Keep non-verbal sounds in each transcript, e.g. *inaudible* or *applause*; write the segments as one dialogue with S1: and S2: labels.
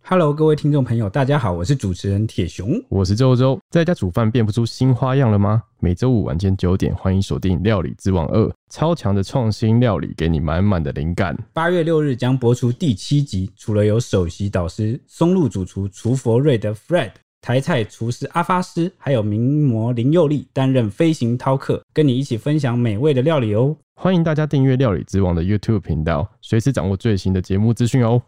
S1: Hello，各位听众朋友，大家好，我是主持人铁熊。
S2: 我是周周，在家煮饭变不出新花样了吗？每周五晚间九点，欢迎锁定《料理之王二》，超强的创新料理，给你满满的灵感。
S1: 八月六日将播出第七集，除了有首席导师松露主厨厨佛瑞的 Fred、台菜厨师阿发师，还有名模林佑利担任飞行饕客，跟你一起分享美味的料理哦。
S2: 欢迎大家订阅《料理之王》的 YouTube 频道，随时掌握最新的节目资讯哦。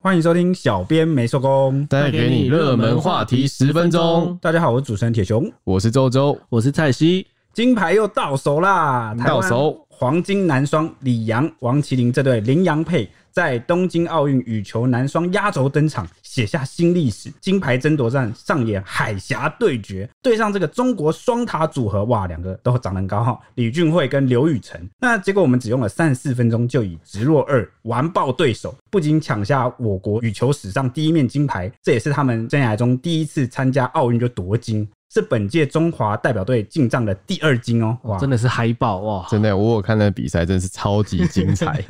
S1: 欢迎收听《小编没收工》，
S2: 带给你热门话题十分钟。
S1: 大家好，我是主持人铁熊，
S2: 我是周周，
S3: 我是蔡西，
S1: 金牌又到手啦！台湾
S2: 到手
S1: 黄金男双李阳、王麒麟这对羚羊配，在东京奥运羽球男双压轴登场，写下新历史，金牌争夺战上演海峡对决，对上这个中国双塔组合，哇，两个都长得很高哈，李俊慧跟刘雨辰。那结果我们只用了三十四分钟，就以直落二完爆对手，不仅抢下我国羽球史上第一面金牌，这也是他们生涯中第一次参加奥运就夺金。是本届中华代表队进账的第二金哦，哇，
S3: 真的是嗨爆哇！
S2: 真的，我有看那个比赛，真是超级精
S1: *laughs*
S2: 彩。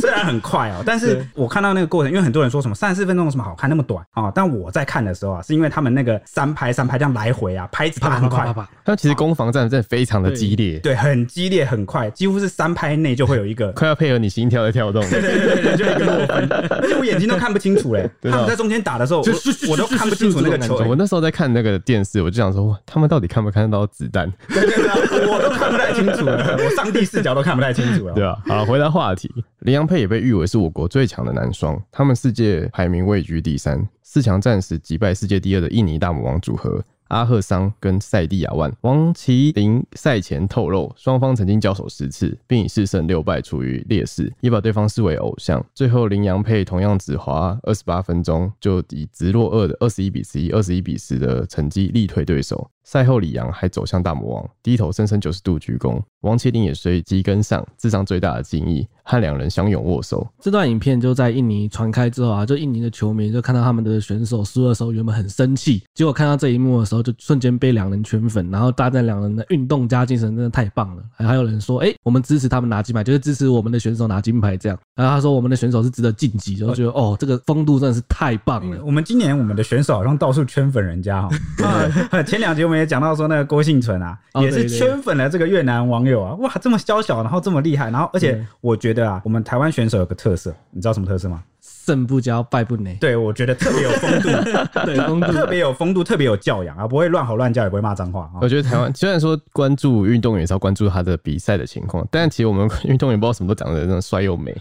S1: 虽然很快哦，但是我看到那个过程，因为很多人说什么三十四分钟有什么好看那么短啊、哦但我在看的时候啊，是因为他们那个三拍三拍这样来回啊，拍子拍得很快，
S3: 啪，
S2: 那其实攻防战真的非常的激烈，。
S1: 对，很激烈，很快，几乎是三拍内就会有一个
S2: 快要配合你心跳在跳动。
S1: 对对对对，对就一个落分，而且我眼睛都看不清楚嘞。他
S2: 对啊
S1: 们在中间打的时候，我
S2: 就是
S1: 我都看不清楚那个球，
S2: 我那时候在看那个电视，我就想说，哇他们到底看不看得到子弹？
S1: 对对对，我都看不太清楚了，我上帝视角都看不太清楚了。
S2: 对啊，好，回到话题，林洋配也被誉为是我国最强的男双，他们世界排名位居第三，四强战时击败世界第二的印尼大魔王组合。阿赫桑跟塞蒂亚万，王麒麟赛前透露，双方曾经交手十次，并以四胜六败处于劣势，也把对方视为偶像。最后林洋配同样只花二十八分钟，就以直落二的二十一比十一、二十一比十的成绩力推对手。赛后，李阳还走向大魔王，低头深深九十度鞠躬。王麒麟也随即跟上，致上最大的敬意，和两人相拥握手。
S3: 这段影片就在印尼传开之后啊，就印尼的球迷就看到他们的选手输的时候，原本很生气，结果看到这一幕的时候，就瞬间被两人圈粉，然后大赞两人的运动加精神真的太棒了。还还有人说，哎、我们支持他们拿金牌，就是支持我们的选手拿金牌这样。然后他说，我们的选手是值得晋级，就觉得哦，这个风度真的是太棒了。
S1: 我们今年我们的选手好像到处圈粉人家哈、啊 *laughs* 前两集我们也讲到说那个郭幸存啊，
S3: 哦
S1: 也是
S3: 对对
S1: 圈粉了这个越南网友啊，哇，这么娇小，然后这么厉害，然后而且
S3: 对
S1: 我觉得啊，我们台湾选手有个特色，你知道什么特色吗？
S3: 胜不骄，败不馁，
S1: 对，我觉得特别有风度，
S3: 对，风度
S1: 特别有风度，特别有教养啊，不会乱吼乱叫，也不会骂脏话
S2: *laughs*
S1: 啊
S2: 我。觉得台湾虽然说关注运动员是要关注他的比赛的情况，但其实我们 *laughs* 运动员不知道什么都长得那种帅又美，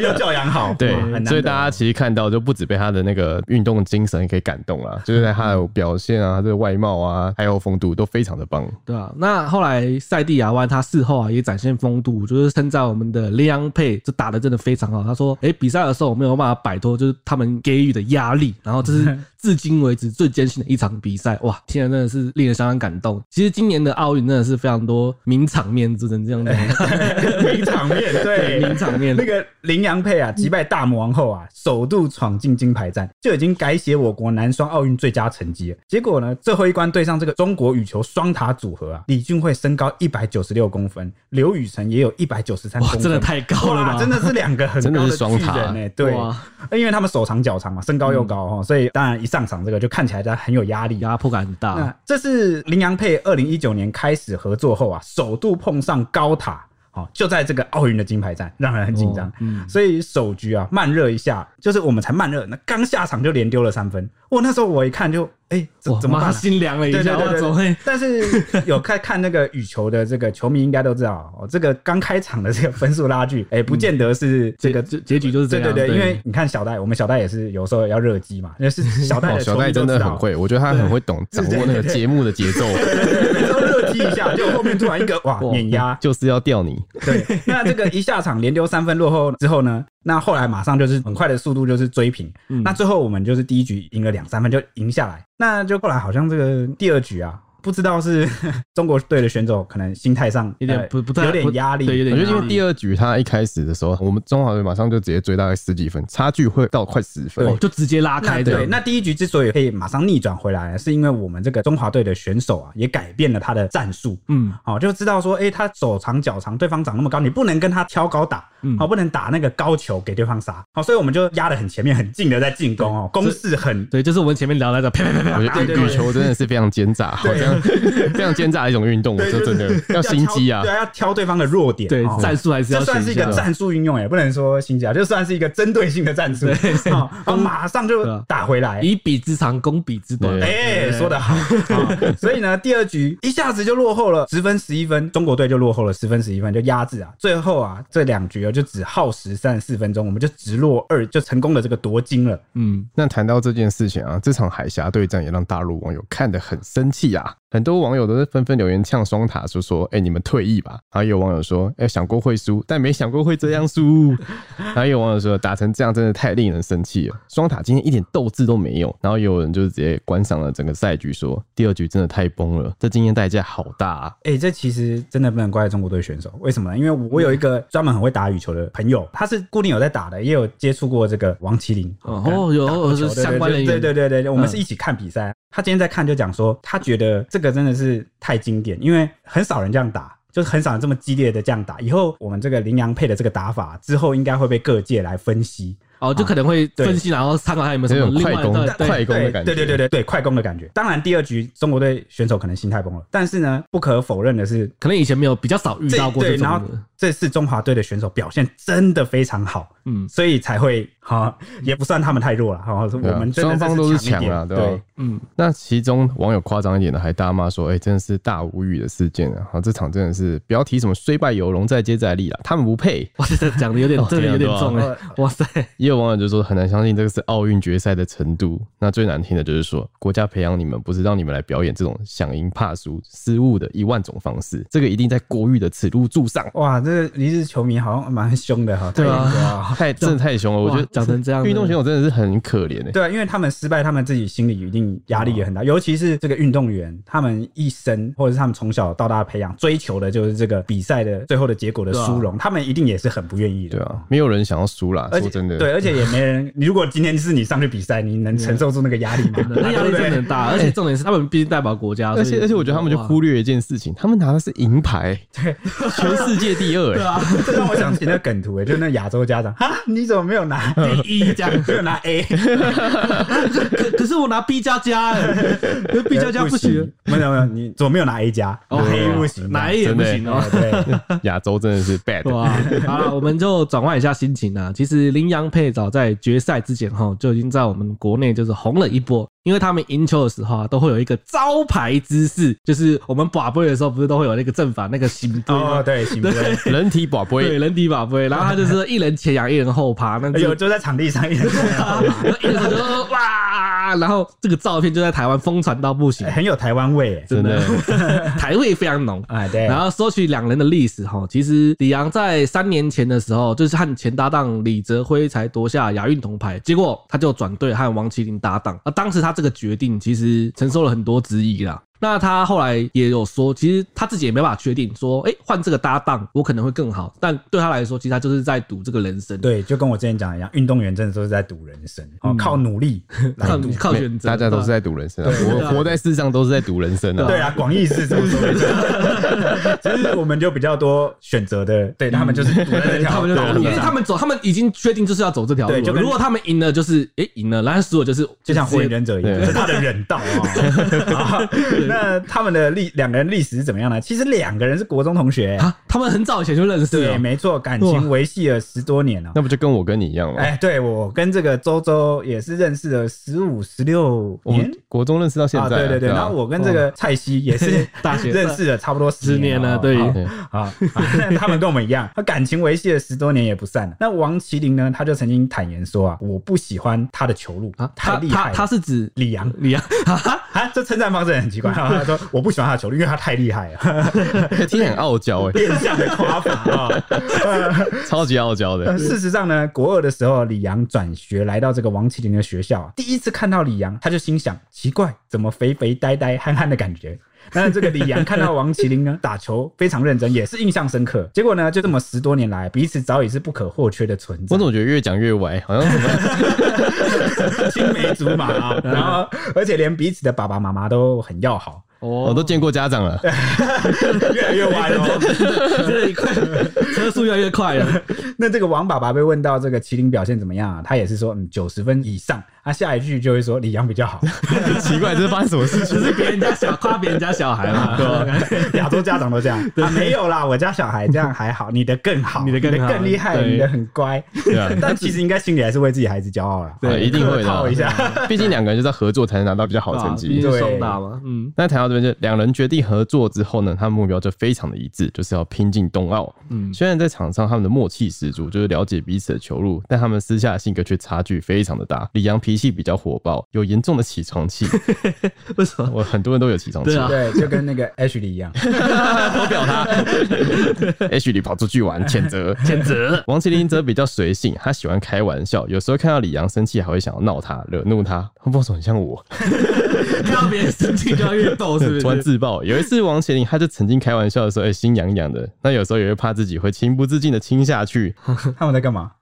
S1: 又教养好，
S2: 对
S1: 哇很，难
S2: 所以
S1: 得啊
S2: 大家其实看到就不止被他的那个运动精神给感动
S1: *laughs*
S2: 了，就是在他的表现啊、他的外貌啊，还有风度都非常的棒。
S3: 对啊，那后来塞蒂亚湾他事后啊也展现风度，就是称赞我们的林洋配这打的真的非常好。他说：“诶，比赛的时候我没有办法摆脱就是他们给予的压力，然后这是 *laughs* 至今为止最艰辛的一场比赛。”哇，听了真的是令人相当感动。其实今年的奥运真的是非常多名场面，只能这样
S1: 哎
S3: *laughs* 讲。
S1: *laughs* 名场面，对，
S3: 名场面
S1: 那个羚羊配啊，击败大魔王后啊，首度闯进金牌战，就已经改写我国男双奥运最佳成绩了。结果呢，最后一关对上这个中国羽球双塔组合啊，李俊慧身高一百九十六公分，刘雨辰也有一百九十三公
S3: 哇，
S1: 分，
S3: 真的太高了
S1: 哇
S3: 吧？
S1: 真的是两个很
S2: 真的
S1: 高
S2: 是
S1: 的
S2: 双
S1: 巨
S2: 塔
S1: 人欸对，
S3: 哇嗯
S1: 因为他们手长脚长嘛，身高又高哦，所以当然一上场这个就看起来他很有压力啊。
S3: 压迫感很大
S1: 那。这是羚羊配二零一九年开始合作后啊，首度碰上高塔。哦，就在这个奥运的金牌战，让人很紧张、
S3: 哦嗯
S1: 所以首局啊慢热一下，就是我们才慢热，那刚下场就连丢了三分。哇，那时候我一看就，哎、怎
S3: 哇，
S1: 怎么办、
S3: 妈
S1: 啊？
S3: 心凉了一
S1: 对对
S3: 下，
S1: 对
S3: 哇，
S1: 对
S3: 怎么会
S1: 对？但是有看看那个羽球的这个球迷应该都知道，哦，这个刚开场的这个分数拉锯，哎、不见得是这个
S3: 嗯结结结局就是这样
S1: 对对对，
S3: 对
S1: 因为你看小戴，我们小戴也是有时候要热机嘛，那是小戴
S3: *laughs*
S1: 的
S2: 哦，
S1: 球
S2: 小
S1: 迷
S2: 戴
S1: 都
S2: 真的
S1: 知道
S2: 很会，我觉得他很会懂掌握那个节目的节奏，
S1: 每次都热踢一下，结果后面突然一个哇
S3: 哇
S1: 碾压。
S2: 就是要吊你。
S1: 对，那这个一下场连丢三分落后之后呢，那后来马上就是很快的速度就是追平。那最后我们就是第一局赢了两三分就赢下来，那就后来好像这个第二局啊。不知道是中国队的选手可能心态上
S3: 有点
S1: 呃
S3: 不不太
S1: 有点
S3: 不
S1: 压力，
S3: 对，有点
S2: 我觉得
S3: 压
S2: 因为
S3: 力
S2: 第二局他一开始的时候，我们中华队马上就直接追大概十几分，差距会到快十分。
S3: 哦，就直接拉
S1: 那
S3: 开
S1: 对，
S3: 的。
S1: 那第一局之所以可以马上逆转回来，是因为我们这个中华队的选手啊，也改变了他的战术。
S3: 嗯，
S1: 哦，就知道说，哎、他手长脚长，对方长那么高，你不能跟他挑高打，
S3: 嗯
S1: 哦，不能打那个高球给对方杀，哦，所以我们就压得很前面，很近的在进攻哦，攻势很
S3: 对，就是我们前面聊那个啪啪啪啪
S2: 我觉
S1: 对
S2: 得
S1: 对
S2: 羽
S1: 对
S2: 羽球真的是非常奸诈，好像非常奸诈的一种运动，我
S1: 对
S2: 这
S1: 就是
S2: 真的要
S1: 挑
S2: 心机啊
S1: 对，！要挑对方的弱点，
S3: 对
S1: 哦
S3: 战术还是要啊
S1: 这算
S3: 学
S1: 是一
S3: 下
S1: 个战术运用，也不能说心机啊，就算是一个针对性的战术，哦然后马上就
S3: 对啊
S1: 打回来，
S3: 以彼之长攻彼之短。
S2: 对
S1: 哎、说得好、啊所以呢，第二局一下子就落后了十分十一分，中国队就落后了十分十一分，就压制啊。最后啊，这两局啊就只耗时三十四分钟，我们就直落二，就成功的这个夺金了。
S3: 嗯，
S2: 那谈到这件事情啊，这场海峡对战也让大陆网友看得很生气啊，很多网友都是纷纷留言呛双塔，就说：“哎、你们退役吧。”然后也有网友说：“哎、想过会输，但没想过会这样输。”然后也有网友说：“打成这样真的太令人生气了，双塔今天一点斗志都没有。”然后也有人就是直接观赏了整个赛局说第二局真的太崩了，这经验代价好大、啊。
S1: 哎、这其实真的不能怪中国队选手，为什么呢？因为我有一个专门很会打羽球的朋友，他是固定有在打的，也有接触过这个王麒麟。
S3: 哦，有
S1: 球
S3: 是相关人
S1: 对
S3: 员，
S1: 对对对对，我们是一起看比
S3: 嗯
S1: 赛。他今天在看就讲说，他觉得这个真的是太经典，因为很少人这样打。就是很少人这么激烈的这样打，以后我们这个羚羊配的这个打法之后，应该会被各界来分析。
S3: 哦，就可能会分析，然后参考他有没有什么
S2: 这种
S3: 另
S2: 快
S3: 外
S2: 攻
S3: 的对
S2: 快攻的
S1: 对
S2: 感觉
S1: 对对对对对，快攻的感觉。当然，第二局中国队选手可能心态崩了，但是呢，不可否认的是，
S3: 可能以前没有比较少遇
S1: 这
S3: 到过这
S1: 对，
S3: 种
S1: 然后
S3: 的，
S1: 这次中华队的选手表现真的非常好，
S3: 嗯
S1: 所以才会哈、也不算他们太弱了哈、我们真的
S2: 啊双方
S1: 这
S2: 都是
S1: 次强
S2: 强
S1: 一
S2: 啊，
S1: 点，
S2: 对吧？
S3: 嗯，
S2: 那其中网友夸张一点的还大骂说：“哎、真的是大无语的事件啊！好，这场真的是不要提什么虽败犹荣，再接再厉了，他们不配。
S3: 哇，这讲的有点
S2: 哦
S3: 真的有点
S2: 天啊
S3: 重
S1: 对
S3: 哎
S1: 啊，
S3: *laughs* 哇塞，”
S2: 也有网友就说很难相信这个是奥运决赛的程度。那最难听的就是说，国家培养你们不是让你们来表演这种想赢怕输、失误的一万种方式，这个一定在国誉的耻辱柱上。
S1: 哇，这个离日球迷好像蛮凶的哈。
S3: 对啊
S1: 太严格了哈，
S2: 太真的太凶了，我觉得
S3: 哇讲成这样
S2: *laughs* 运动选手真的是很可怜哎、
S1: 对啊，因为他们失败，他们自己心里一定压力也很大，尤其是这个运动员，他们一生或者是他们从小到大培养追求的就是这个比赛的最后的结果的
S3: 对啊
S1: 殊荣，他们一定也是很不愿意的。
S2: 对啊，没有人想要输啦，
S1: 而
S2: 说
S1: 且
S2: 真的。
S1: 对，而且也没人。你如果今天是你上去比赛，你能承受住那个压力吗？
S3: 啊 *laughs* 那压力真的很大，而且重点是他们毕竟代表国家，
S2: 而且
S3: 所以
S2: 而且我觉得他们就
S3: 哇
S2: 忽略一件事情，他们拿的是银牌，对，全世界第二、哎，
S1: 啊， *laughs* 这让我想起那个梗图哎，就那亚洲家长啊，你怎么没有
S3: *laughs*
S1: 拿第一这 *laughs* 样，没有拿 A，
S2: 哎
S3: 可可是我拿 B 加加哎，B 加加不行，，
S1: 没有没有，你怎么没有拿 A 加？
S3: 哦
S1: A 不行，啊
S3: 哪一也不行哦。
S1: 对，
S2: *laughs* 亚洲真的是 bad，
S3: *laughs* 对啊，好了，我们就转换一下心情啊。其实羚羊配早在决赛之前哈，就已经在我们国内就是红了一波，因为他们赢球的时候啊，都会有一个招牌姿势，就是我们把杯的时候不是都会有那个正反那个行杯
S1: *laughs*
S3: 吗
S1: 哦，对，行不对？
S2: *laughs* 人体宝
S3: 对，
S2: 贝，
S3: 人体把杯，然后他就是一人前仰，一人后趴，那就
S1: 哎有就在场地上一直
S3: 然后一人就哇，然后这个照片就在台湾疯传到不
S1: *laughs*
S3: 行，
S1: 很有台湾味哎，
S2: 真的
S3: 台味非常浓。
S1: 哎对，
S3: 然后说起两人的历史哈，其实李阳在三年前的时候，就是和前搭档李泽辉才夺下亚运铜牌，结果他就转队和王麒麟搭档。那当时他这个决定其实承受了很多质疑啦。那他后来也有说，其实他自己也没办法确定说，哎、换这个搭档我可能会更好，但对他来说，其实他就是在赌这个人生，，
S1: 对，就跟我之前讲的一样，运动员真的都是在赌人生，哦，靠努力来
S3: 靠
S1: 赌。
S3: 靠选择，
S2: 大家都是
S3: 对吧
S2: 在赌人生啊，我活在世上都是在赌人生啊，
S1: 对啊，广义是这么说的， *laughs* 只是我们就比较多选择的，对他们就是赌在那条
S3: 他们就
S1: 道路
S3: 因为
S1: 上
S3: 他们走，他们已经确定就是要走这条路
S1: 啊对就
S3: 了。
S1: 跟
S3: 如果他们赢了，就是哎赢了，然后输了就是
S1: 就像火
S3: 直
S1: 影
S3: 接
S1: 忍者一样，
S2: 对
S1: 这是他的忍道 *laughs* 啊。啊那他们的历两个人历史是怎么样呢？其实两个人是国中同学，
S3: 啊，哦他们很早以前就认识
S1: 对，
S3: 了。
S1: 没错，感情维系了十多年啊了。
S2: 那不就跟我跟你一
S3: 哦
S2: 样吗？
S1: 哎，对我跟这个周周也是认识了十五十六
S3: 哦
S2: 我
S1: 年
S2: 们国中认识到现
S1: 啊，
S2: 在啊，
S1: 对对对。
S2: 啊
S1: 然后我跟这个蔡西也是
S3: *laughs* 大学
S1: 认识了差不多
S3: 十年了，对，
S1: 啊，好 *laughs* 他们跟我们一样，他感情维系了十多年也不散了。那王麒麟呢，他就曾经坦言说啊，我不喜欢他的球路
S3: 啊，
S1: 太
S3: 他
S1: 厉
S3: 他
S1: 害了。
S3: 他是指
S1: 李阳，
S3: 李阳，哈哈
S1: 啊，这称赞方式很奇怪。啊他说我不喜欢他的球路，因为他太厉害
S3: *laughs*
S1: 了， *laughs*
S2: 哎 *laughs* 听起来很傲娇哎，
S1: 变相的夸法啊。
S2: 超级傲娇的
S1: *laughs* 呃，事实上呢，国二的时候，李阳转学来到这个王麒 *laughs* 麟的学校啊，第一次看到李阳，他就心想：奇怪，怎么肥肥呆呆、憨憨的感觉？那这个李阳看到王麒麟呢打球非常认真，也是印象深刻。结果呢，就这么十多年来，彼此早已是不可或缺的存在
S2: 我。总觉得越讲越歪，好像什么
S1: *laughs* 青梅竹马啊，然后而且连彼此的爸爸妈妈都很要好，
S2: 我
S3: 哦
S2: 都见过家长了。
S1: 越来越歪哦。
S3: 这一块车速越来越快了，
S1: *laughs* 那这个王爸爸被问到这个麒麟表现怎么样啊，他也是说嗯九十分以上，他下一句就会说李阳比较好，
S2: 奇怪，这是发生什么事
S3: *laughs* 只
S2: 情？
S3: 是别人家小夸别人家小孩
S1: *laughs*
S2: 啊
S3: 嘛，
S1: 啊
S3: 对吧？
S1: 亚洲家长都这
S2: *laughs*
S1: 样啊没有啦，我家小孩这样还好，你的更好，
S3: 你的更好
S1: 更厉害，
S3: 对
S1: 你的很乖，
S2: 对啊，
S1: *laughs* 但其实应该心里还是为自己孩子骄傲啦。
S2: 对一定会的啊
S1: 套一下，
S2: 毕竟两个人就是要合作才能拿到比较好的成
S3: 啊毕
S2: 绩。
S3: 竟
S1: 对
S3: 是双打嘛，嗯，
S2: 那谈到这边，就两人决定合作之后呢，他们目标就非常的一致，就是要拼进冬奥。嗯，
S3: 嗯
S2: 虽然在场上他们的默契十足，就是了解彼此的球路，但他们私下的性格却差距非常的大。李阳脾气比较火爆，有严重的起床 *laughs* 气，
S3: 为什么？
S2: 我很多人都有起床气
S3: 对。
S1: *laughs*
S3: 啊
S1: 对，就跟那个 H 里一样，
S2: 我表 *laughs* 他，H 里跑出去玩，谴责。
S3: 简直
S2: 王麒麟则比较随性，他喜欢开玩笑，有时候看到李阳生气还会想要闹他、惹怒他。他不很像我，
S3: 看到别人生气就要越逗，是不
S2: 突然
S3: 是？
S2: 自爆。有一次，王麒麟他就曾经开玩笑的说：“哎、心痒痒的。”那有时候也会怕自己会情不自禁的亲下去。
S1: 他们在干嘛？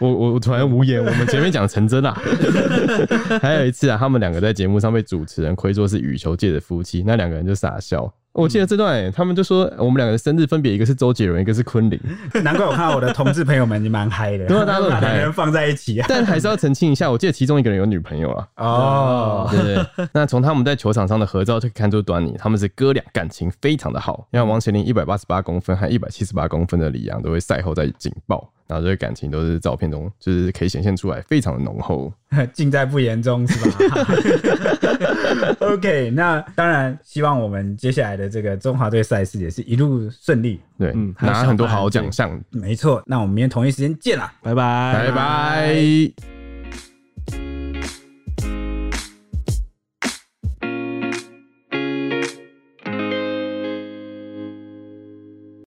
S2: 我我我突然无言。我们前面讲成真啦、啊 *laughs* 还有一次啊，他们两个在节目上被主持人亏说是羽球界的夫妻，那两个人就傻笑。我记得这段、哎他们就说我们两个的生日分别一个是周杰伦，一个是昆凌，
S1: 难怪我看到我的同志朋友们蛮嗨的，
S2: 对啊大家都很
S1: 把
S2: 嗨
S1: *laughs* 两个人放在一起啊。
S2: 但还是要澄清一下，我记得其中一个人有女朋友啊。
S1: 哦， *laughs*
S2: 对对对，那从他们在球场上的合照就可以看出端倪，他们是哥俩感情非常的好。
S3: 嗯
S2: 像王贤林一百八十八公分和一百七十八公分的李阳都会赛后再紧抱，然后这个感情都是照片中就是可以显现出来，非常的浓厚。
S1: 尽在不言中，是吧 *laughs* ？OK，那当然，希望我们接下来的这个中华队赛事也是一路顺利。
S2: 对，
S3: 嗯还有
S2: 拿
S3: 小
S2: 很多
S3: 白
S2: 好
S3: 对
S2: 奖项。
S3: 哎
S1: 没错，那我们明天同一时间见啦。
S3: 拜拜
S2: 拜拜。